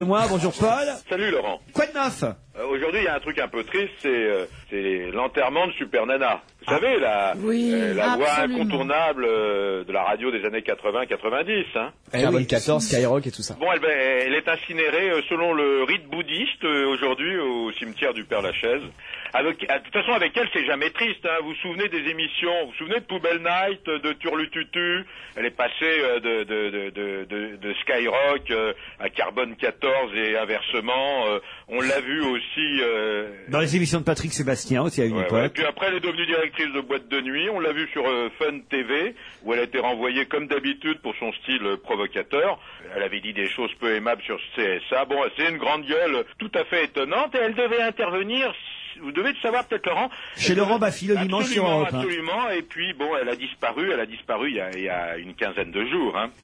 Moi, bonjour Paul. Salut Laurent. Quoi de neuf Euh, Aujourd'hui, il y a un truc un peu triste, c'est euh, c'est l'enterrement de Super Nana. Vous savez, la, Ah. Oui, euh, la voix absolument. incontournable euh, de la radio des années 80-90. Hein. Eh Carbone oui. 14, Skyrock et tout ça. Bon, elle, va- elle est incinérée euh, selon le rite bouddhiste euh, aujourd'hui au cimetière du Père Lachaise. Avec, euh, de toute façon, avec elle, c'est jamais triste. Hein. Vous vous souvenez des émissions Vous vous souvenez de Poubelle Night, euh, de Turlututu Elle est passée euh, de, de, de, de, de- de Skyrock euh, à Carbone 14 et inversement. euh, on l'a vu aussi... euh, Dans les émissions de Patrick Sébastien aussi à une Ouais, ouais. Et époque. Puis après, elle est devenue directrice de boîte de nuit. On l'a vu sur euh, Fun TV, où elle a été renvoyée comme d'habitude pour son style euh, provocateur. Elle avait dit des choses peu aimables sur CSA. Bon, c'est une grande gueule tout à fait étonnante. Et elle devait intervenir, vous devez le savoir peut-être, Laurent. Chez Elle Laurent devait- Baffy, le dimanche sur Absolument, Europe 1. Absolument. Et puis, bon, elle a disparu. Elle a disparu il y a, il y a une quinzaine de jours. Hein.